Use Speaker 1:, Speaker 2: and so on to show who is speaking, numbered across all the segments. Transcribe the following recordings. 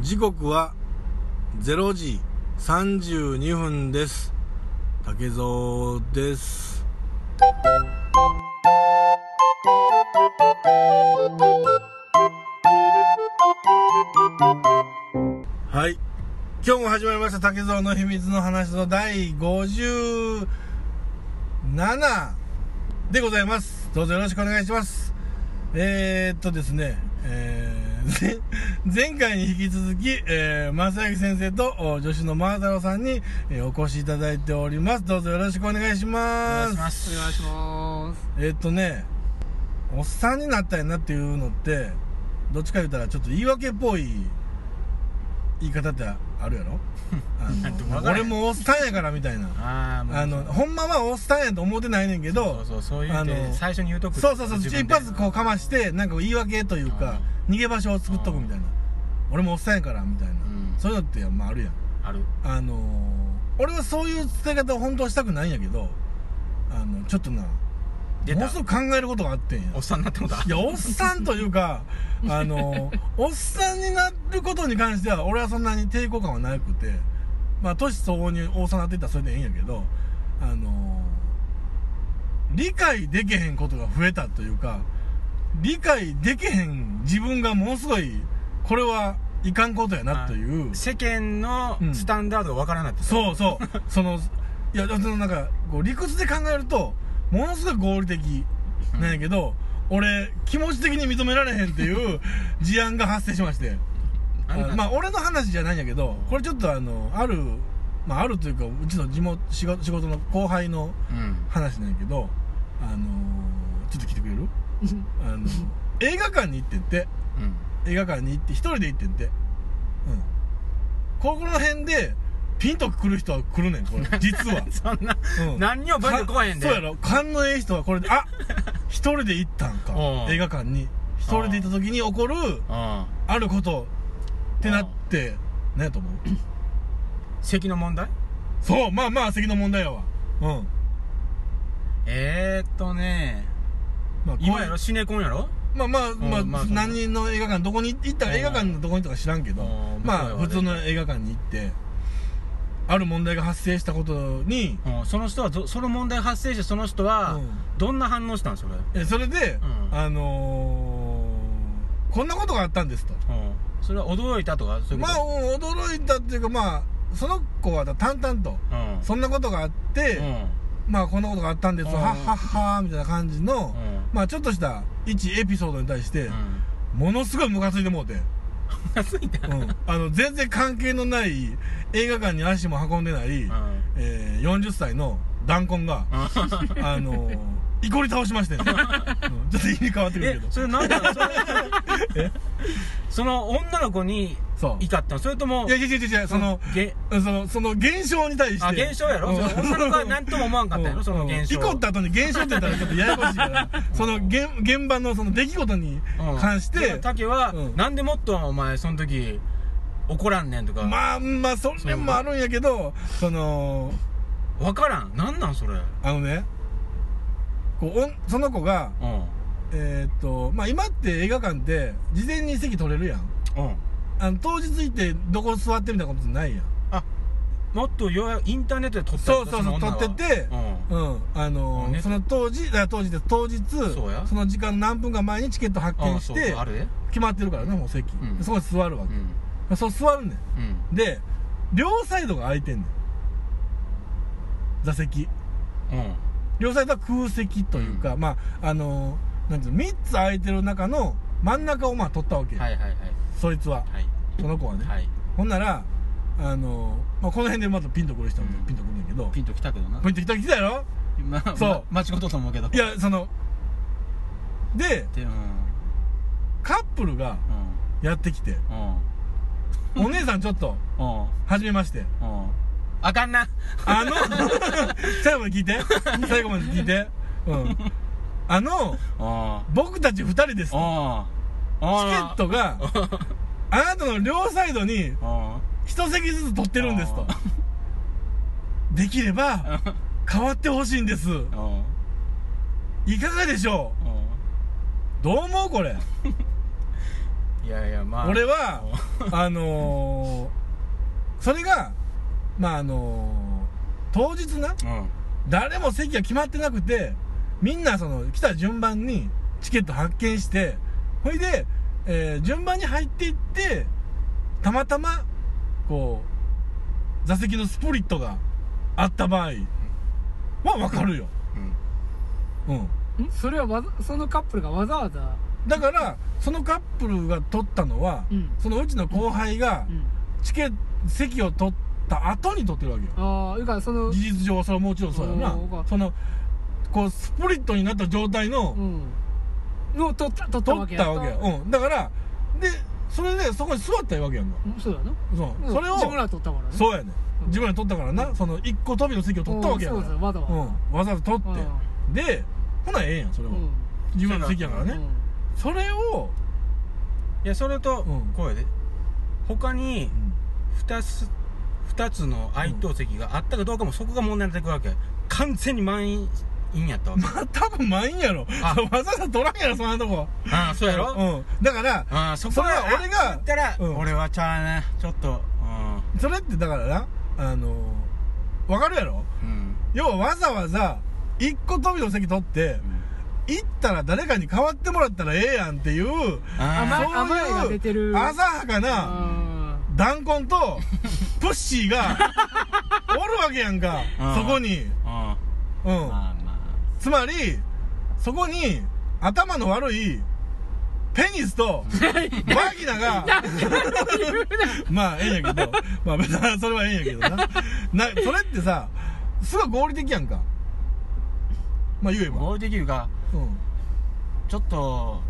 Speaker 1: 時刻は0時32分です竹蔵ですはい今日も始まりました竹蔵の秘密の話の第57でございますどうぞよろしくお願いしますえー、っとですね、えー 前前回に引き続き、えー、正幸先生とお助手の真太郎さんに、えーお越しいただいております。どうぞよろしくお願いします。
Speaker 2: すお願いします
Speaker 1: えーっとね、おっさんになったんやなっていうのって、どっちか言ったらちょっと言い訳っぽい言い方ってあるや ろあの
Speaker 2: なんともわからん
Speaker 1: 俺もおっさんやからみたいな。
Speaker 2: ああもう
Speaker 1: あの、ほんまはおっさんやと思ってないねんけ
Speaker 2: そ
Speaker 1: ど
Speaker 2: う、そうそういう
Speaker 1: あの
Speaker 2: て最初に言うとく
Speaker 1: そうそうそう
Speaker 2: 自分
Speaker 1: 一
Speaker 2: で
Speaker 1: 発こうかましてなんか言い訳というか逃げ場所を作っとくみたいな俺もおっさんやからみたいな、
Speaker 2: ん
Speaker 1: そういうのってまああるやん
Speaker 2: ある
Speaker 1: あのー、俺はそういう伝え方を本当はしたくないんやけどあのちょっとな
Speaker 2: 出
Speaker 1: も
Speaker 2: た
Speaker 1: のすごく考えることがあってんや
Speaker 2: おっさんになってもうた
Speaker 1: いやおっさんというかあのー、おっさんになることに関しては俺はそんなに抵抗感はなくてまあ年相応におっさんになっていったらそれでええんやけどあのー、理解できへんことが増えたというか理解できへん自分がものすごいこれはいかんことやなという
Speaker 2: 世間の
Speaker 1: うん
Speaker 2: スタンダードがわからなくて
Speaker 1: そうそうそのいやそのなんかこう理屈で考えるとものすごく合理的なんやけど、俺気持ち的に認められへんっていう事案が発生しましてあのまあ俺の話じゃないんやけどこれちょっとあのあるまああるというかうちの地元仕事仕事の後輩の
Speaker 2: うん
Speaker 1: 話なんやけどあのーちょっと来てくれるあの映画館に行ってって
Speaker 2: うん
Speaker 1: 映画館に行って一人で行ってんてうんここの辺でピンとくる人は来るねんこ れ実は
Speaker 2: そんな
Speaker 1: うん
Speaker 2: 何にもバカ来へんで
Speaker 1: そうやろ勘のええ人はこれであ一人で行ったんか
Speaker 2: うん
Speaker 1: 映画館に一人で行った時に起こる
Speaker 2: うん
Speaker 1: あることってなって何やと思う
Speaker 2: 席の問題
Speaker 1: そうまあまあ席の問題やわうん
Speaker 2: えーっとね
Speaker 1: まあ
Speaker 2: 今やろシネコンやろ
Speaker 1: まあまあ、まあ、
Speaker 2: まあそう
Speaker 1: 何人の映画館どこに行ったら
Speaker 2: うん
Speaker 1: 映画館のどこにとか知らんけど、
Speaker 2: うん
Speaker 1: ま
Speaker 2: ま
Speaker 1: あ
Speaker 2: あ
Speaker 1: 普通の映画館に行ってある問題が発生したことに
Speaker 2: うんその人はどその問題発生してその人は
Speaker 1: うん
Speaker 2: どんな反応したんそれうん
Speaker 1: えそれで、
Speaker 2: うん
Speaker 1: あのーこんなことがあったんですと
Speaker 2: それは驚いたとかそういうこ
Speaker 1: まあ
Speaker 2: と
Speaker 1: うん驚いたっていうかまあその子は淡々と
Speaker 2: うん
Speaker 1: そんなことがあって、
Speaker 2: うん
Speaker 1: まあこんなことがあったんです
Speaker 2: うん
Speaker 1: はっはっはーみたいな感じの、
Speaker 2: うん
Speaker 1: まあちょっとした一エピソードに対して、
Speaker 2: うん
Speaker 1: ものすごいムカついてもうて、
Speaker 2: ムカついた
Speaker 1: うんあの全然関係のない映画館に足も運んでない、
Speaker 2: うん
Speaker 1: えー40歳の弾痕が、あ のー、いこり倒しましてね、うんちょっと意味変わってく
Speaker 2: え
Speaker 1: るけど
Speaker 2: それなんだそ
Speaker 1: え
Speaker 2: れその女の子に
Speaker 1: そう
Speaker 2: 怒ったのそれとも
Speaker 1: いやいやいやいやその、
Speaker 2: げ
Speaker 1: そのその現象に対して
Speaker 2: あ現象やろ
Speaker 1: うん
Speaker 2: その女の子は何とも思わんかったや
Speaker 1: う
Speaker 2: ろ
Speaker 1: ん
Speaker 2: その現象
Speaker 1: うんイコった後に現象って言ったらちょっとややこしいからその現現場のその出来事に
Speaker 2: うん
Speaker 1: 関し
Speaker 2: でも
Speaker 1: て、
Speaker 2: 竹は
Speaker 1: うん
Speaker 2: なんでもっとお前その時怒らんねんとか
Speaker 1: まあまあそれもあるんやけどその
Speaker 2: 分からんなんなんそれ
Speaker 1: あのねこうおんその子が
Speaker 2: うん
Speaker 1: えーっとまあ今って映画館って事前に席取れるやん
Speaker 2: うん
Speaker 1: あの当日行ってどこ座ってみたいなことないやん
Speaker 2: もっとよインターネットで撮ったやつ
Speaker 1: そうそうそう
Speaker 2: の女は
Speaker 1: 撮ってて
Speaker 2: うん
Speaker 1: うんあの
Speaker 2: うんね
Speaker 1: その当時あ当時で当日
Speaker 2: そうや
Speaker 1: の時間何分か前にチケット発
Speaker 2: あ
Speaker 1: 券
Speaker 2: そ
Speaker 1: し
Speaker 2: う
Speaker 1: て
Speaker 2: そうあるで
Speaker 1: 決まってるからねもう席、
Speaker 2: うん
Speaker 1: そこに座るわ
Speaker 2: う
Speaker 1: け、
Speaker 2: ん
Speaker 1: そう座るね
Speaker 2: うん
Speaker 1: んで両サイドが空いてんねん座席
Speaker 2: うん
Speaker 1: 両サイドは空席というか、まああのーなんていうの3つ空いてる中の真ん中をまあ取ったわけ、
Speaker 2: はいはいはい
Speaker 1: そいつは
Speaker 2: はい
Speaker 1: その子はね、
Speaker 2: はい
Speaker 1: ほんならあのーまあ、この辺でまたピンとくる人も
Speaker 2: うん
Speaker 1: ピンとくるんだけど、
Speaker 2: ピンときたけどな
Speaker 1: ピンときた来たやろ
Speaker 2: まあ
Speaker 1: そう
Speaker 2: ま間違ったと思うけど
Speaker 1: いやそので
Speaker 2: でうん
Speaker 1: カップルがやってきて
Speaker 2: うんうん
Speaker 1: 「お姉さんちょっと
Speaker 2: うん
Speaker 1: 初めまして」
Speaker 2: うんあかんな
Speaker 1: あ の、最後まで聞いて。最後まで聞いて。うん。あの、
Speaker 2: うん
Speaker 1: 僕たち二人です。チケ
Speaker 2: あ
Speaker 1: ットが、あなたの両サイドに
Speaker 2: あ
Speaker 1: 一席ずつ取ってるんですと
Speaker 2: あ。
Speaker 1: できれば、変わってほしいんです。いかがでしょうどう思うこれ。
Speaker 2: いやいやまあ
Speaker 1: 俺はあのーそれがまああのー当日な
Speaker 2: うん
Speaker 1: 誰も席が決まってなくてみんなその来た順番にチケット発見してほいで、えー順番に入っていってたまたまこう座席のスプリットがあった場合は分かるよ、
Speaker 2: うん
Speaker 1: うん、
Speaker 3: んそれはわざそのカップルがわざわざ
Speaker 1: だからそのカップルが取ったのは、
Speaker 3: うん
Speaker 1: そのうちの後輩が
Speaker 3: うん
Speaker 1: チケット席を取った後に取ってるわけよ
Speaker 3: ああいうかその
Speaker 1: 事実上はそれはもちろんそうやな
Speaker 3: おー
Speaker 1: そのこうスプリットになった状態の、
Speaker 3: うんの取った取ったわ
Speaker 1: 取
Speaker 3: け
Speaker 1: っ
Speaker 3: や
Speaker 1: たわけやうんだからでそれでそこに座ったらいいわけやんか
Speaker 3: うんそうだな
Speaker 1: そう
Speaker 3: うん
Speaker 1: それを
Speaker 3: 自分ら取ったからね
Speaker 1: そうやねん
Speaker 3: うん
Speaker 1: 自分ら取ったからなその一個飛びの席を取ったわけやか
Speaker 3: うんそうそう
Speaker 1: ら
Speaker 3: わざわ
Speaker 1: う
Speaker 3: ざ
Speaker 1: んわざわざ取ってでほなええやんそれは
Speaker 3: うん
Speaker 1: 自分らの席やからねそれを
Speaker 2: いやそれと、
Speaker 1: うん
Speaker 2: こうやで他に2つ二つの相当席があったかどうかもそこが問題になってくるわけ完全に満員やったわけ
Speaker 1: まあ多分満員やろわ
Speaker 2: あ
Speaker 1: ざわざ取らんやろそんなとこ
Speaker 2: ああそうやろ、
Speaker 1: うんだから
Speaker 2: ああそ
Speaker 1: そ
Speaker 2: こ
Speaker 1: れは俺が
Speaker 2: あだったら、
Speaker 1: うん
Speaker 2: 俺はちゃうねちょっと
Speaker 1: それってだからなあのわかるやろ
Speaker 2: うんうん
Speaker 1: 要はわざわざ一個飛びの席取って行ったら誰かに代わってもらったらええやんっていう
Speaker 3: 甘
Speaker 2: あ
Speaker 3: い
Speaker 1: そう
Speaker 3: 甘いが
Speaker 1: い
Speaker 3: 出
Speaker 1: う
Speaker 3: てる
Speaker 1: 浅はかな
Speaker 3: あ
Speaker 1: 弾痕 とプッシーがおるわけやんか
Speaker 2: うん
Speaker 1: そこに
Speaker 2: あ
Speaker 1: う
Speaker 2: あ
Speaker 1: ん
Speaker 2: まあま
Speaker 1: つまりそこに頭の悪いペニス とマギナがまあええんやけどまあ別 にそれはええんやけどななそれってさすごい合理的やんかまあ言え
Speaker 2: あ
Speaker 1: ば、
Speaker 2: 合理的が
Speaker 1: うん、
Speaker 2: ちょっと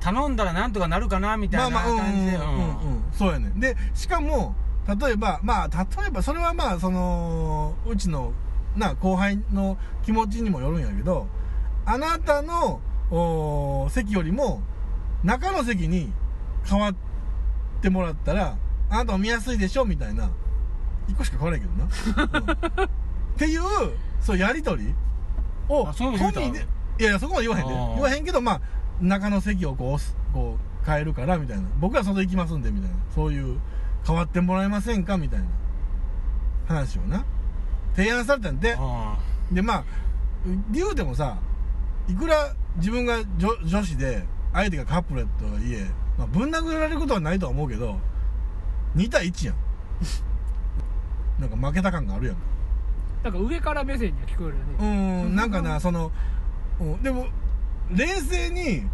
Speaker 2: 頼んだらなんとかなるかなみた
Speaker 1: まあ
Speaker 2: いな
Speaker 1: まあうん
Speaker 2: 感じで
Speaker 1: うんうんうんそうやねんでしかも例えばまあ例えばそれはまあそのうちのな後輩の気持ちにもよるんやけどあなたのおー席よりも中の席に変わってもらったらあなたも見やすいでしょみたいな1個しか変わらんけどな、うんっていうそうやり取りを
Speaker 2: あそういうの言うた
Speaker 1: 込みでいやいやそこまで言わへんで
Speaker 2: あー
Speaker 1: 言わへんけどまあ中の席をこう押すこう変えるからみたいな僕は外行きますんでみたいなそういう変わってもらえませんかみたいな話をな提案されたんで
Speaker 2: あ
Speaker 1: でまあ言うてもさいくら自分が女女子で相手がカップルとはいえ、まあ、ぶん殴られることはないとは思うけど2対1やん なんか負けた感があるやんか
Speaker 3: なんか上から目線には聞こえるよ
Speaker 1: うー
Speaker 3: ね
Speaker 1: んなんかなその、うん、でも冷静に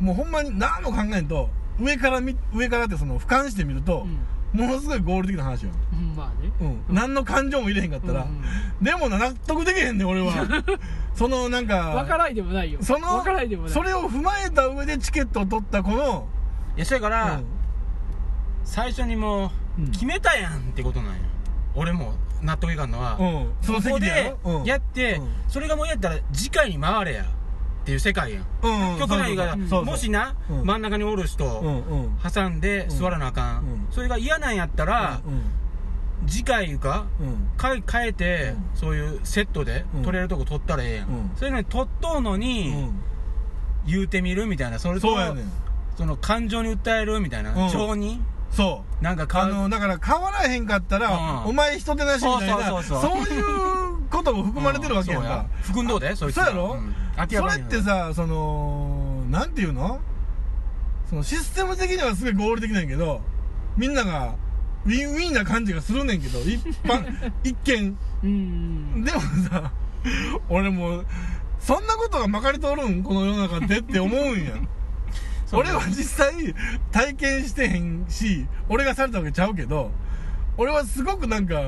Speaker 1: もうほんまに何も考えんと上からみ上からってその俯瞰してみると、ものすごい合理的な話よ、
Speaker 3: うんうんまあね
Speaker 1: うん何の感情も入れへんかったら、
Speaker 3: うんうん
Speaker 1: でもな納得できへんねん俺は そのなんか
Speaker 3: わからないでもないよ
Speaker 1: その
Speaker 3: わからないでもない
Speaker 1: それを踏まえた上でチケットを取ったこの、
Speaker 2: あいやそやから、最初にも
Speaker 1: うん
Speaker 2: う決めたやんってことなんや俺も納得いかんのは、
Speaker 1: うんうん、その
Speaker 2: ここ
Speaker 1: 席でや
Speaker 2: で
Speaker 1: ろうん
Speaker 2: やって、
Speaker 1: うん
Speaker 2: それがもうやったら次回に回れやっていう世界やん
Speaker 1: うんうん
Speaker 2: 局内
Speaker 1: そ
Speaker 2: が
Speaker 1: うそうそう
Speaker 2: もしな、
Speaker 1: うん
Speaker 2: 真ん中におる人
Speaker 1: うんうん
Speaker 2: 挟んで座らなあかん、
Speaker 1: うん
Speaker 2: それが嫌なんやったら、次回いうか
Speaker 1: うんうん
Speaker 2: か変えて、
Speaker 1: う
Speaker 2: そういうセットで
Speaker 1: うん
Speaker 2: 取れるとこ取ったらええやん、
Speaker 1: うん
Speaker 2: そういうのに取っとうの
Speaker 1: う
Speaker 2: に、
Speaker 1: ん
Speaker 2: 言うてみるみたいなそれと
Speaker 1: そうやねん
Speaker 2: その感情に訴えるみたいな、
Speaker 1: うん
Speaker 2: 情に
Speaker 1: そう
Speaker 2: なんか
Speaker 1: あ
Speaker 2: か
Speaker 1: のだから変わらへんかったら、
Speaker 2: うん
Speaker 1: お前人手なしみたいなそ
Speaker 2: そううそうそうそう
Speaker 1: いうことも含まれてるわけやんか、
Speaker 2: そう含んどうでそいつ
Speaker 1: そうやろ
Speaker 2: ん明ら
Speaker 1: そ
Speaker 2: か
Speaker 1: れ
Speaker 2: に
Speaker 1: ってさそのなんていうのそのシステム的にはすごい合理的なんやけどみんながウィンウィンな感じがするねんけど一 般一見
Speaker 3: うん
Speaker 1: でもさ俺もうそんなことがまかり通るんこの世の中でって思うんや
Speaker 2: そう
Speaker 1: 俺は実際体験してへんし俺がされたわけちゃうけど俺はすごくなんか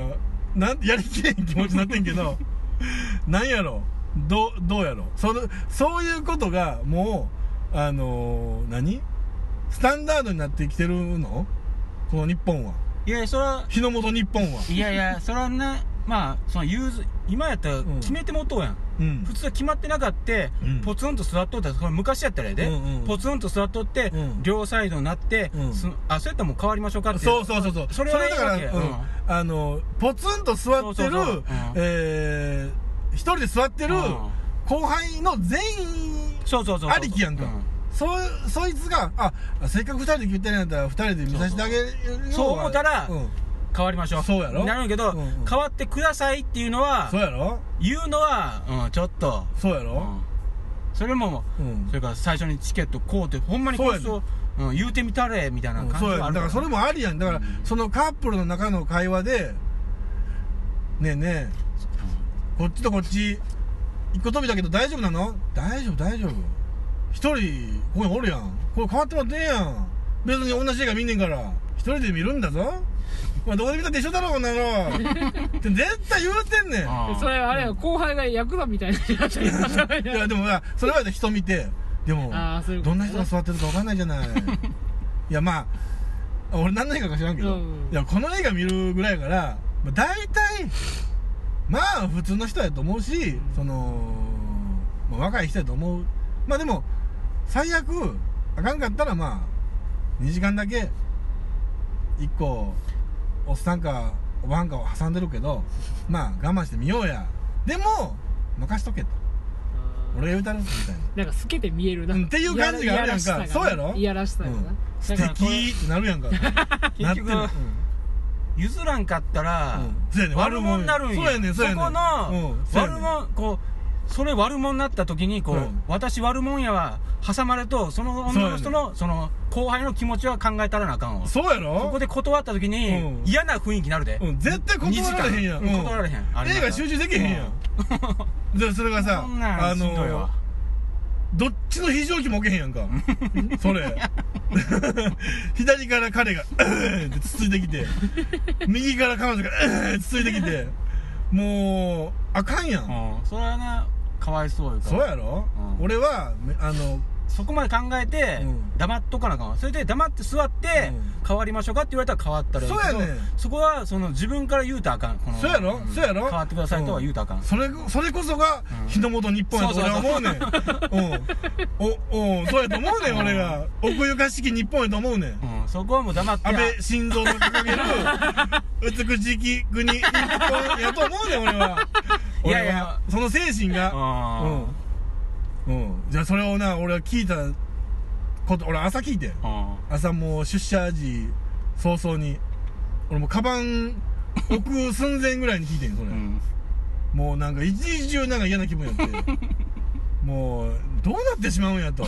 Speaker 1: なんやりきれへん気持ちになってんけど なんやろどうどうやろそのそういうことがもうあのー何スタンダードになってきてるのこの日本はい
Speaker 2: やいやそれは
Speaker 1: 日の元日本はい
Speaker 2: や いやそれはねまあその融通今やったら
Speaker 1: ん
Speaker 2: 決めてもとうやん、
Speaker 1: うん
Speaker 2: 普通は決まってなかって、
Speaker 1: うん
Speaker 2: ポツンと座っとったらこれ昔やったらやで、
Speaker 1: うんうん
Speaker 2: ポツンと座っとって、
Speaker 1: うん
Speaker 2: 両サイドになって、
Speaker 1: うん
Speaker 2: すあそうやったらもう変わりましょうかって
Speaker 1: そうそうそうそう
Speaker 2: それは
Speaker 1: だから、
Speaker 2: いいわけ
Speaker 1: うん
Speaker 2: うん
Speaker 1: あのポツンと座ってる
Speaker 2: そうそうそううん
Speaker 1: えー一人で座ってる
Speaker 2: うん
Speaker 1: 後輩の全員
Speaker 2: そうそうそうそう
Speaker 1: ありきやんか、
Speaker 2: うん
Speaker 1: そうそいつがあせっかく二人で来てるんやったら二人で見させてあげる
Speaker 2: そう思ったら
Speaker 1: うん
Speaker 2: 変わりましょう
Speaker 1: そうやろ
Speaker 2: なるけど、
Speaker 1: うんうん
Speaker 2: 変わってくださいっていうのは
Speaker 1: そうやろ
Speaker 2: 言うのは、うん、ちょっと、
Speaker 1: そうや
Speaker 2: う
Speaker 1: ろ
Speaker 2: ん、それも
Speaker 1: うん
Speaker 2: それから最初にチケットこうってほんまに
Speaker 1: そうや
Speaker 2: こ
Speaker 1: ね
Speaker 2: いつを、うん、言うてみたれみたいな
Speaker 1: うん
Speaker 2: 感じ
Speaker 1: そうや
Speaker 2: はあ
Speaker 1: だ
Speaker 2: る
Speaker 1: からそれもありやんだから、
Speaker 2: うん
Speaker 1: そのカップルの中の会話でねえねえこっちとこっち一個飛びだけど大丈夫なの大丈夫大丈夫一人ここにおるやんこれ変わってもらってええやん別に同じ映画見んねんから一人で見るんだぞまあどこで見たって一緒だろこん なのって絶対言うてんねん
Speaker 2: うん
Speaker 3: それあれや後輩がヤクザみたいな人たちがいたじゃない
Speaker 1: いやでもまあそれは人見てでも
Speaker 3: あーそういうこと
Speaker 1: どんな人が座ってるかわかんないじゃ ないいやまあ俺何の映画か知らんけど、
Speaker 3: うん
Speaker 1: いやこの映画見るぐらいやから、まあ、大体まあ普通の人やと思うしその、まあ、若い人やと思うまあでも最悪あかんかったらまあ2時間だけ1個おっさんかおばはんかを挟んでるけ どまあ我慢してみようやでも任しとけと俺が歌うみたいな
Speaker 3: なんか透けて見えるな
Speaker 1: うんっていう感じがあるやんか
Speaker 3: いらしさがね
Speaker 1: そうやろ
Speaker 3: いやらしさがな、
Speaker 1: うん素
Speaker 3: だからこれ
Speaker 1: 敵ってなるやんか
Speaker 2: 結局
Speaker 1: なってる
Speaker 2: 譲らんかった
Speaker 1: う
Speaker 2: ら、
Speaker 1: んそうやね
Speaker 2: 悪者になるんや
Speaker 1: そうやねんそうやねん
Speaker 2: この、
Speaker 1: うんそうやね
Speaker 2: 悪
Speaker 1: ん
Speaker 2: 者こうそれ悪者になった時にこう、
Speaker 1: うん
Speaker 2: 私悪者やは挟まれとその女の人のそ,、の後輩の気持ちは考えたらなあかんわ
Speaker 1: そうやろ
Speaker 2: そこで断った時に、
Speaker 1: うん
Speaker 2: 嫌な雰囲気になるで、
Speaker 1: うん絶対断られへんやん
Speaker 2: 二時間うん断られへんあれ
Speaker 1: 映画集中できへんやんでそれがさ
Speaker 2: そんなんしんどいわ
Speaker 1: どっちの非常機も置けへんやん かそれ 左から彼が ってつついてきて右から彼女が つついてきてもうあかんやん
Speaker 2: うんそれはなかわいそうよ
Speaker 1: そうやろ、
Speaker 2: うん
Speaker 1: 俺はめあの
Speaker 2: そこまで考えて、
Speaker 1: うん
Speaker 2: 黙っとかなあかんわそれで黙って座って、
Speaker 1: うん
Speaker 2: 変わりましょうかって言われたら変わったらいいけど
Speaker 1: そうやねん
Speaker 2: そこはその自分から言うたらあかんこの
Speaker 1: そうやろ
Speaker 2: ん
Speaker 1: そうやろ
Speaker 2: 変わってくださいとは言うたらあかん、
Speaker 1: それそれこそが
Speaker 2: うん
Speaker 1: 日の元日本やと俺は思うねんうんおおそうやと思うねん俺が奥ゆかしき日本やと思うねん
Speaker 2: うん、そこはもう黙って
Speaker 1: 安倍晋三の掲げる美しき国日本やと思うねん俺はい
Speaker 2: やい
Speaker 1: 俺
Speaker 2: や
Speaker 1: はその精神が
Speaker 2: あ
Speaker 1: うんうんじゃあそれをな俺は聞いたこと俺朝聞いてん
Speaker 2: ーあ
Speaker 1: 朝もう出社時早々に俺もうカバン置く寸前ぐらいに聞いてんそれ、
Speaker 2: ーうん
Speaker 1: もうなんか一日中なんか嫌な気分や ってもうどうなってしまうんやと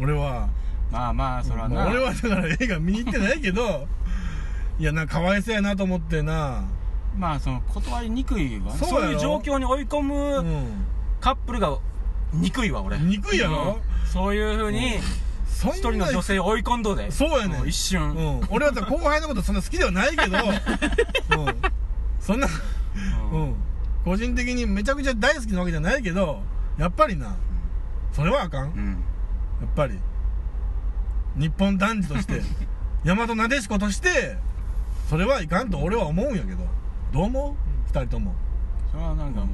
Speaker 1: 俺は
Speaker 2: まあまあそれは
Speaker 1: もう
Speaker 2: な
Speaker 1: 俺はだから映画見に行ってないけど いやなんかかわいそうやなと思ってな
Speaker 2: まあその断りにくいわ
Speaker 1: そう
Speaker 2: そ
Speaker 1: やろ
Speaker 2: ういう状況に追い込
Speaker 1: う
Speaker 2: む
Speaker 1: ん
Speaker 2: カップルが憎いわ俺
Speaker 1: 憎いやろ
Speaker 2: うんそういうふうに
Speaker 1: そんな
Speaker 2: 一人の女性を追い込んどうで
Speaker 1: そうやねん
Speaker 2: も一瞬、
Speaker 1: う
Speaker 2: うん
Speaker 1: ん俺はだから後輩のことそんな好きではない けど、うん、そんなうん個人的にめちゃくちゃ大好きなわけじゃないけどやっぱりなそれはあかん
Speaker 2: うん
Speaker 1: やっぱり日本男児として大和なでしことしてそれはいかんと俺は思うんやけどどう思う2人とも
Speaker 2: それはなんかもう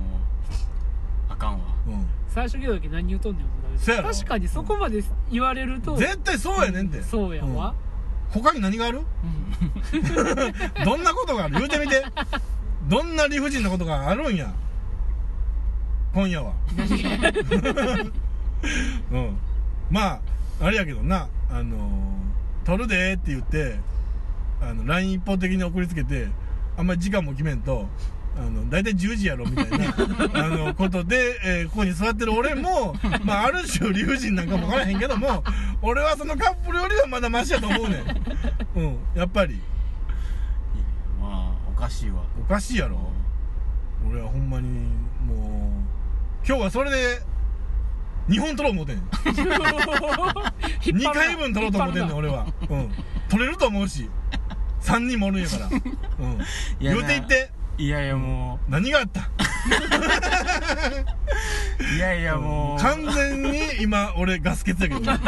Speaker 2: あかんわ
Speaker 1: うん
Speaker 3: 最初聞いた時何言うとんねん思ったけど
Speaker 1: そうやろ
Speaker 3: 確かにそこまで言われると
Speaker 1: 絶対そうやねんて
Speaker 3: そうやわ、
Speaker 1: 他に何がある どんなことがある言うてみてどんな理不尽なことがあるんや今夜はうんまああれやけどなあのー「撮るで」って言ってあの LINE 一方的に送りつけてあんまり時間も決めんとあの大体10時やろみたいなあのことで、えーここに座ってる俺も、まあ、ある種理不尽なんかも分からへんけども俺はそのカップルよりはまだマシやと思うねんうんやっぱり
Speaker 2: いやまあおかしいわ
Speaker 1: おかしいやろ俺はほんまにもう今日はそれで2本取ろう思うてん ねん
Speaker 3: 引っ張
Speaker 1: 2
Speaker 3: るな
Speaker 1: 回分取ろうと思ってんねん俺は、うん、取れると思うし3人もおるんやから、う ん、
Speaker 2: いや
Speaker 1: 言うていって
Speaker 2: いやいやも
Speaker 1: 何があった
Speaker 2: ういやいやもう
Speaker 1: 完全に今俺ガス欠やけど な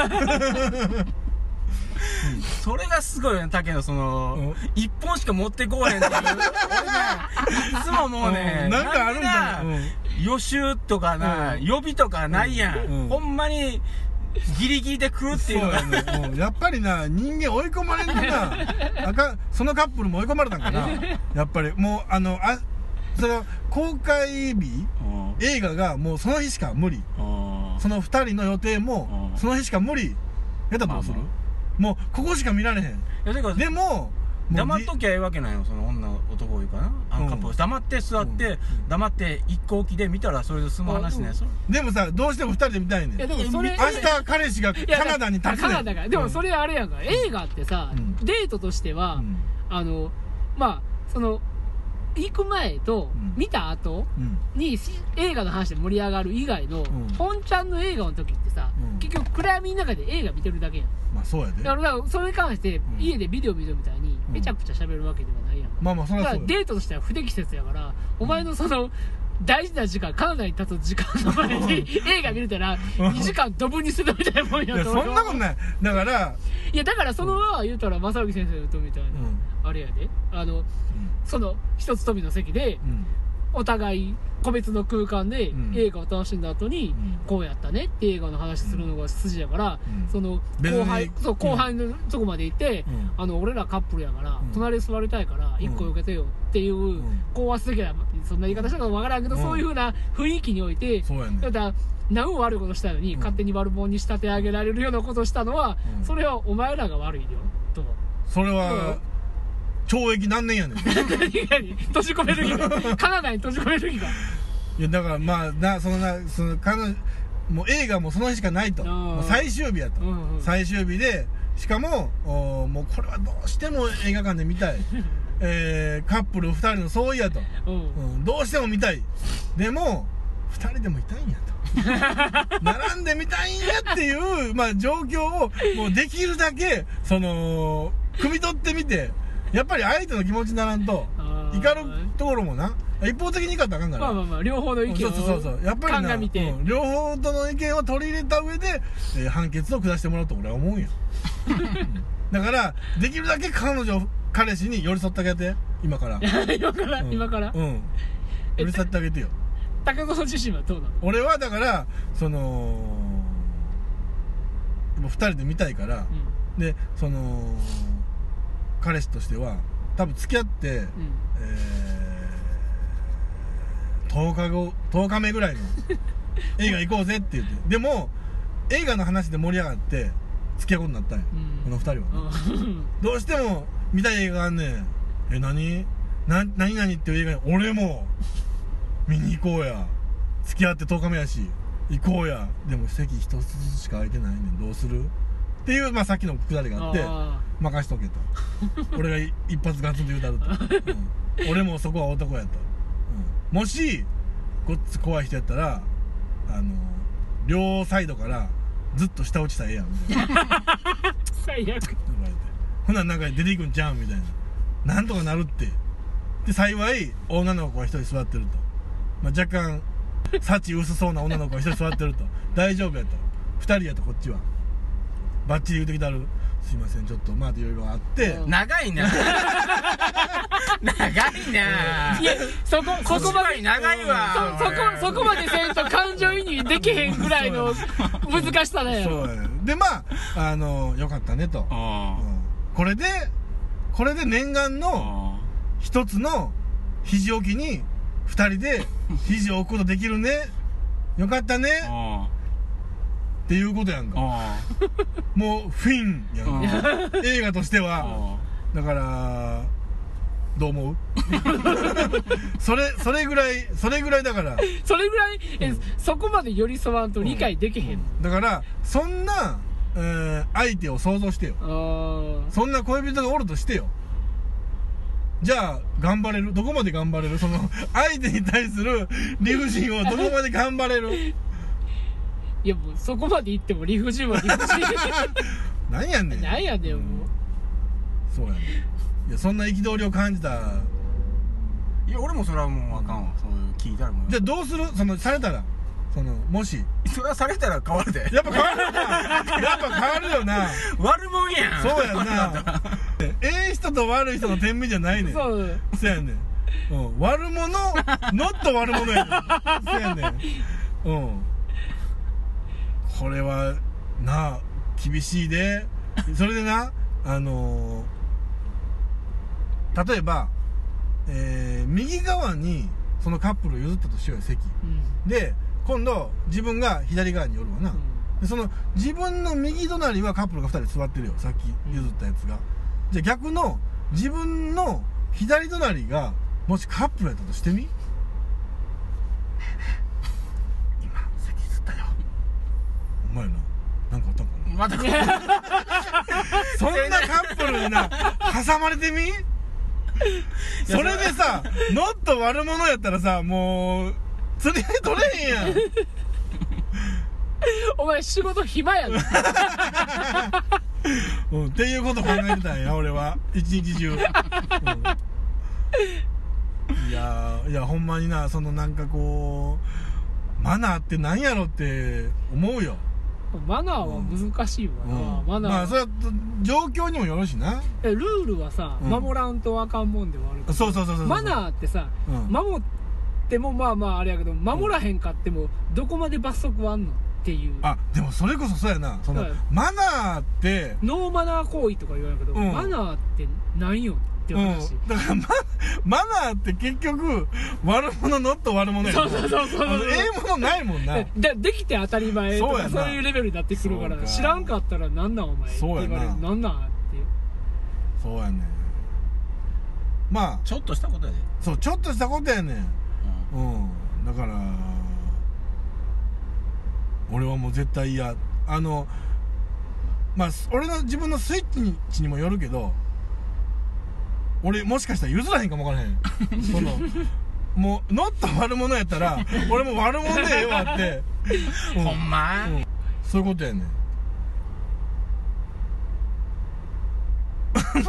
Speaker 2: それがすごいよね竹のその
Speaker 1: う
Speaker 2: 一本しか持ってこうへんっていう俺ねいつももう
Speaker 1: う
Speaker 2: ね
Speaker 1: んなんかあるんじゃない
Speaker 2: なんでな予習とかな
Speaker 1: うん
Speaker 2: 予備とかないや
Speaker 1: うんうん
Speaker 2: んほんまにギリギリで来るっ
Speaker 1: そ
Speaker 2: て
Speaker 1: う
Speaker 2: いうのが
Speaker 1: やね、うんやっぱりな人間追い込まれんと なあかんそのカップルも追い込まれたんかなやっぱりもうあのあその公開日
Speaker 2: うん
Speaker 1: 映画がもうその日しか無理
Speaker 2: うんうん
Speaker 1: その2人の予定も
Speaker 2: うん
Speaker 1: その日しか無理やったらどうする、
Speaker 2: まあま
Speaker 1: もうここしか見られへん
Speaker 2: いやだから
Speaker 1: でももう
Speaker 2: 黙っときゃええわけないよその女男いうかなあのカップル、
Speaker 1: うん
Speaker 2: 黙って座って、
Speaker 1: うん
Speaker 2: 黙って一個置きで見たらそれで済む話ね、
Speaker 3: あ
Speaker 2: そ
Speaker 1: でもさどうしても2人で見たいねん
Speaker 3: いや
Speaker 1: 明
Speaker 3: でもそれ
Speaker 1: 日彼氏が
Speaker 3: いや
Speaker 1: カナダに立つ
Speaker 3: カ
Speaker 1: ね
Speaker 3: ナ
Speaker 1: ん
Speaker 3: ダがでもそれあれやんか、映画ってさ、
Speaker 1: うん
Speaker 3: デートとしては、
Speaker 1: うん
Speaker 3: あのまあその行く前と
Speaker 1: うん
Speaker 3: 見た後
Speaker 1: うん
Speaker 3: にし映画の話で盛り上がる以外の、
Speaker 1: ん
Speaker 3: 本ちゃんの映画の時ってさ、
Speaker 1: うん
Speaker 3: 結局暗闇の中で映画見てるだけやん
Speaker 1: まあそうやで
Speaker 3: だからだからそれに関して、
Speaker 1: ん
Speaker 3: 家でビデオ見るみたいに
Speaker 1: うん
Speaker 3: めちゃくちゃ喋るわけではないやんか、
Speaker 1: まあまあそれ
Speaker 3: だ
Speaker 1: は
Speaker 3: から
Speaker 1: そう
Speaker 3: デ
Speaker 1: や
Speaker 3: ートとしては不適切やから、お前のその大事な時間カナダに立つ時間の前に映画見れたら
Speaker 1: うん
Speaker 3: 2時間ドブにするみたいなもん
Speaker 1: い
Speaker 3: や
Speaker 1: や
Speaker 3: と
Speaker 1: そ
Speaker 3: 思うん
Speaker 1: なことないだから
Speaker 3: いやだからそのは言うたら正行先生のとみたいな、あれやであのその一つ富の席で
Speaker 1: うんうん
Speaker 3: お互い個別の空間で
Speaker 1: うん
Speaker 3: 映画を楽しんだ後に、
Speaker 1: うん
Speaker 3: こうやったねって映画の話するのが筋やから、
Speaker 1: うん
Speaker 3: その
Speaker 1: 別に
Speaker 3: 後輩そう後輩のとこまで行って、
Speaker 1: うん
Speaker 3: あの俺らカップルやから、
Speaker 1: うん
Speaker 3: 隣座りたいから一個よけてよっていう、
Speaker 1: ん
Speaker 3: 高圧的なそんな言い方したかもわからんけど、
Speaker 1: うん
Speaker 3: そういうふうな雰囲気において、
Speaker 1: そうやねん
Speaker 3: だから何を悪いことしたのに、
Speaker 1: うん
Speaker 3: 勝手に悪者に仕立て上げられるようなことをしたのは、
Speaker 1: うん
Speaker 3: それはお前らが悪いよと
Speaker 1: それは懲役何年やねんい
Speaker 3: 何何閉じ込める気がカナダに閉じ込める気が
Speaker 1: やだからまあなそのなその彼女もう映画もその日しかないと
Speaker 3: あー
Speaker 1: もう最終日やと
Speaker 3: うんうん
Speaker 1: 最終日でしかもおーもうこれはどうしても映画館で見 たいえーカップル2人の相違やと、
Speaker 3: うん
Speaker 1: うん、どうしても見たいでも2人でもいたいんや と並んでみたいんやっていう、まあ、状況をもうできるだけその汲み取ってみてやっぱり相手の気持ちにならんと
Speaker 3: あー
Speaker 1: 怒るところもな一方的に怒ったらあかんから、
Speaker 3: まあまあまあ両方の意見
Speaker 1: そうそうそう
Speaker 3: を
Speaker 1: そうやっぱりな
Speaker 3: 鑑みて、
Speaker 1: うん両方との意見を取り入れた上で、えー判決を下してもらうと俺は思うん やうんだからできるだけ彼女彼氏に寄り添ってあげて今から、
Speaker 3: 今から、
Speaker 1: うん
Speaker 3: 今から
Speaker 1: うん
Speaker 3: え
Speaker 1: 寄り添ってあげてよ
Speaker 3: 高野自身はどうなの
Speaker 1: 俺はだからその2人で見たいから、でその彼氏としては多分付き合って、
Speaker 3: うん
Speaker 1: えー10日後10日目ぐら いの映画行こうぜって言ってでも映画の話で盛り上がって付き合うことになったんよ、
Speaker 3: うん
Speaker 1: この2人は、
Speaker 3: うんうん
Speaker 1: どうしても見たい映画があんねんえ何な何々っていう映画俺も見に行こうや付き合って10日目やし行こうやでも席一つずつしか空いてないねんどうするっていう、まあ、さっきのくだりがあって
Speaker 3: あ
Speaker 1: 任しとけと 俺がい一発ガツンと言うたると、うん俺もそこは男やと、うんもしごっつ怖い人やったらあの両サイドからずっと下落ちたらえ えやんみたいな
Speaker 3: ー最悪
Speaker 1: 言われてほななんか出ていくんちゃうんみたいななんとかなるってで幸い女の子が一人座ってると、まあ、若干幸薄そうな女の子が一人座ってると大丈夫やと二人やとこっちはバッチリ言うてきたるすいませんちょっとまあいろいろあって、
Speaker 3: うん
Speaker 2: う長いな長いない
Speaker 3: やそ こそこまで
Speaker 2: で長いわ
Speaker 3: そそこそこまでせんと感情移入できへんぐらいの難しさだ
Speaker 1: そ
Speaker 3: よ
Speaker 1: うやねでまああのよかったねと、
Speaker 2: あ
Speaker 1: うんこれでこれで念願の
Speaker 2: あ
Speaker 1: 一つの肘置きに二人で肘を置くことできるねよかったね
Speaker 2: あ
Speaker 1: っていうことやんか
Speaker 2: あ
Speaker 1: もうフィンやんか映画としては
Speaker 2: あ
Speaker 1: だからどう思う それそれぐらいそれぐらいだから
Speaker 3: それぐらいえそこまで寄り添わんと理解できへん
Speaker 1: だからそんな、えー相手を想像してよ
Speaker 3: あー
Speaker 1: そんな恋人がおるとしてよじゃあ頑張れるどこまで頑張れるその相手に対する理不尽をどこまで頑張れる
Speaker 3: いやもうそこまで行っても理不尽は理不尽
Speaker 1: なんやねん
Speaker 3: なんやねんもう
Speaker 1: そうやねんいやそんな憤りを感じた
Speaker 2: いや俺もそれはもうあかんわそういう聞いたらもう
Speaker 1: じゃあどうするそのされたらそのもし
Speaker 2: それはされたら変わるで
Speaker 1: やっぱ変わるよなやっぱ変わるよな
Speaker 2: 悪もんやん
Speaker 1: そうやんなええ人と悪い人の天秤じゃないねん
Speaker 3: そう
Speaker 1: そやねん、うん、悪者ノット悪者やねんそやねんうんこれはなあ厳しいでそれでなあのー例えば、えー右側にそのカップルを譲ったとしようよ席
Speaker 3: うん
Speaker 1: で今度自分が左側に寄るわな、でその自分の右隣はカップルが2人座ってるよさっき譲ったやつが、じゃあ逆の自分の左隣がもしカップルやったとしてみ今席譲ったよお前ななんかあったんかな
Speaker 2: またこれ
Speaker 1: そんなカップルにな挟まれてみそれでさノット悪者やったらさもう釣り合い取れへんやん
Speaker 3: お前仕事暇やな
Speaker 1: うん、っていうこと考えてたん や俺は一日中、うんいやーいやほんまになそのなんかこうマナーってなんやろって思うよ、
Speaker 3: マナーは難しいわ
Speaker 1: うん
Speaker 3: な、マナーは、
Speaker 1: まあそれは状況にもよろしいな
Speaker 3: えルールはさ、
Speaker 1: うん
Speaker 3: 守らんとあかんもんでもあるから
Speaker 1: そうそうそうそうそう
Speaker 3: マナーってさ、
Speaker 1: うん
Speaker 3: 守ってもまあまああれやけど守らへんかってもどこまで罰則はあんのっていう
Speaker 1: あでもそれこそそうやなその、
Speaker 3: はい
Speaker 1: マナーって
Speaker 3: ノーマナー行為とか言われるけど、
Speaker 1: うん
Speaker 3: マナーってなんよって
Speaker 1: うん
Speaker 3: 話、、
Speaker 1: だからママナーって結局悪者ノット悪者や
Speaker 3: そうそうそうそう
Speaker 1: あのええものないもんな
Speaker 3: ででできて当たり前と
Speaker 1: そうや
Speaker 3: か
Speaker 1: な
Speaker 3: そういうレベルになってくるか
Speaker 1: そ
Speaker 3: ら
Speaker 1: うか
Speaker 3: 知らんかったらなんなんお前って
Speaker 1: そう
Speaker 3: 言
Speaker 1: や
Speaker 3: わ
Speaker 1: な
Speaker 3: れるなんなんっていう
Speaker 1: そうやねんまあ
Speaker 2: ちょっとしたことやで、
Speaker 1: そうちょっとしたことやねん
Speaker 2: う
Speaker 1: うんだから俺はもう絶対嫌あのまあす俺の自分のスイッチににもよるけど俺もしかしたら譲らへんかもわからへんそのもうノット悪者やったら俺も悪者でええわって、うん
Speaker 2: ん、ほんま、
Speaker 1: うんそういうことやねん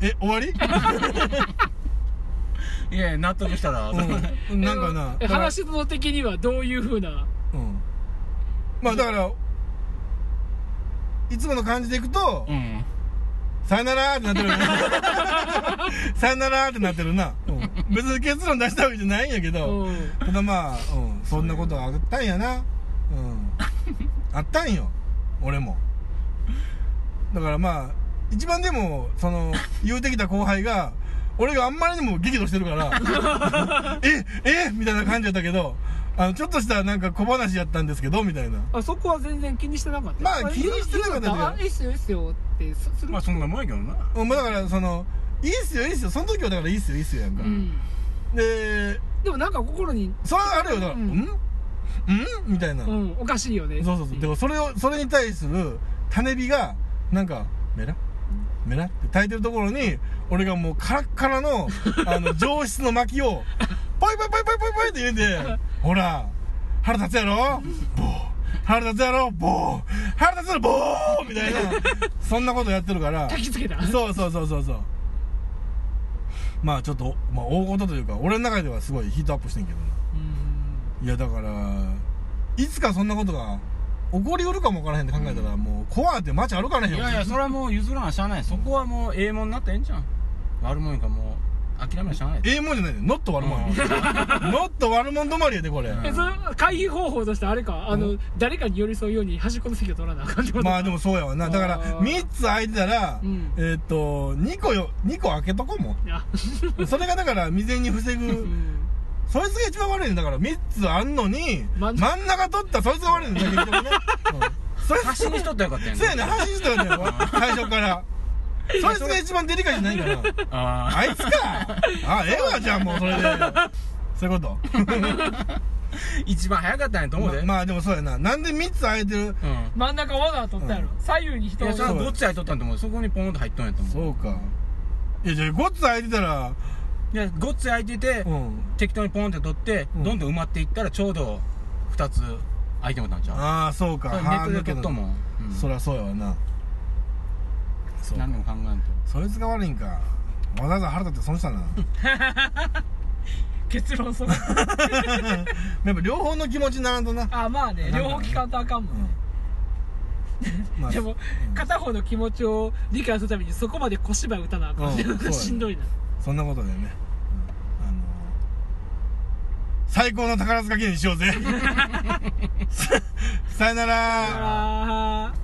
Speaker 1: え終わり、
Speaker 2: いやいや納得したら、
Speaker 1: うん、なんかな
Speaker 3: え
Speaker 1: だから
Speaker 3: 話の的にはどういうふうな
Speaker 1: うんまあだからいつもの感じでいくと
Speaker 2: うん
Speaker 1: 「さよなら」ってなってるよねさよならってなってるな、うん別に結論出したわけじゃないんやけど
Speaker 3: うん
Speaker 1: ただまあ、うん、そんなことがあったんやなうんあったんよ俺もだからまあ一番でもその言うてきた後輩が俺があんまりにも激怒してるからえ えみたいな感じやったけどあのちょっとしたなんか小話やったんですけどみたいな
Speaker 3: あそこは全然気にしてなかった
Speaker 1: まあ気にしてなかったけど
Speaker 3: あいいっすよいいっすよってすする
Speaker 2: まあそんなもんやけどな
Speaker 1: うんまあだからそのいいっすよいいっすよその時はだからいいっすよいいっすよやんか、
Speaker 3: うん
Speaker 1: で
Speaker 3: でもなんか心に、
Speaker 1: それはあるよだから「う
Speaker 3: うんん
Speaker 1: ん」みたいな、
Speaker 3: うん、おかしいよね
Speaker 1: そうそうそうでもそれをそれに対する種火がなんか「メラメラ」って炊いてるところに俺がもうカラッカラのあの上質の薪をポイポイポイポイポイポイって入れて「ほら腹立つやろボー腹立つやろボー腹立つやろボー」みたいなそんなことやってるから
Speaker 3: 焚きつけた
Speaker 1: そうそうそうそうそうまあちょっと、まあ、大事というか俺の中ではすごいヒートアップしてんけどな
Speaker 3: うん
Speaker 1: いやだからいつかそんなことが起こりうるかもわからへんって考えたら、もう怖って街歩かれへん
Speaker 2: い
Speaker 1: よ
Speaker 2: やいやそれはもう譲らんしゃあないそこはもうええもんになったらええんじゃん悪もんやからもう諦めなしゃあない
Speaker 1: ええもんじゃないでノット悪者や
Speaker 2: うん
Speaker 1: ノット悪者止まりやでこれ、
Speaker 2: うん
Speaker 3: えそれ回避方法としてあれかあの、
Speaker 1: う
Speaker 3: 誰かに寄り添うように端っこの席を取らなあかんってこと
Speaker 1: まあでもそうやわなだか
Speaker 3: あ
Speaker 1: ら
Speaker 3: ー
Speaker 1: 3つ空いてたら、
Speaker 3: うん
Speaker 1: えーっと2個よ2個開けとこうも
Speaker 3: あ
Speaker 1: んそれがだから未然に防
Speaker 3: う
Speaker 1: ぐ
Speaker 3: ん
Speaker 1: そいつが一番悪いねんだから3つあんのに真
Speaker 3: 真
Speaker 1: ん
Speaker 3: ん
Speaker 1: 中取ったそいつが悪いねんだ結局ね、うん、そい
Speaker 2: 発信しとったらよかったやん
Speaker 1: そう やね発信してたんだよ最初からそいつが一番デリカシーないから
Speaker 2: あ
Speaker 1: あいつかあええわじゃあもうそれでそういうこと
Speaker 2: あ一番早かったんやと思う で、
Speaker 1: ままあでもそうやななんで3つ空いてる
Speaker 2: うん
Speaker 3: 真ん中わざわざ取ったやろ、
Speaker 1: う
Speaker 3: 左右に人
Speaker 2: い
Speaker 3: を
Speaker 2: やそれは
Speaker 1: う
Speaker 2: どっち入っとったんと思うそこにポンと入っとんやと思う
Speaker 1: そうかいやじゃあ5つ空いてたら
Speaker 2: いやごっつ空いてて、
Speaker 1: うん
Speaker 2: 適当にポンって取って、
Speaker 1: うん
Speaker 2: どんどん埋まっていったらちょうど2つ空いてもたんちゃう
Speaker 1: ああそうか
Speaker 2: それネ
Speaker 1: は
Speaker 2: ッ
Speaker 1: あ
Speaker 2: トで取っとんもん、うん
Speaker 1: そりゃそうやわなそう
Speaker 2: 何でも考えんと
Speaker 1: そいつが悪いんかわざわざ腹立って損したな
Speaker 3: 結論そう
Speaker 1: やっぱ両方の気持ちにならんとな
Speaker 3: あまあ
Speaker 1: な
Speaker 3: ね
Speaker 1: んかね
Speaker 3: 両方聞かんとあかんもん、
Speaker 1: うんまあ
Speaker 3: でも、片方の気持ちを理解するためにそこまで小芝居打たなあかん、
Speaker 1: うんそうやね
Speaker 3: しんどいな
Speaker 1: そんなことだよね、うんあのー最高の宝塚記念にしようぜささよなら
Speaker 3: あー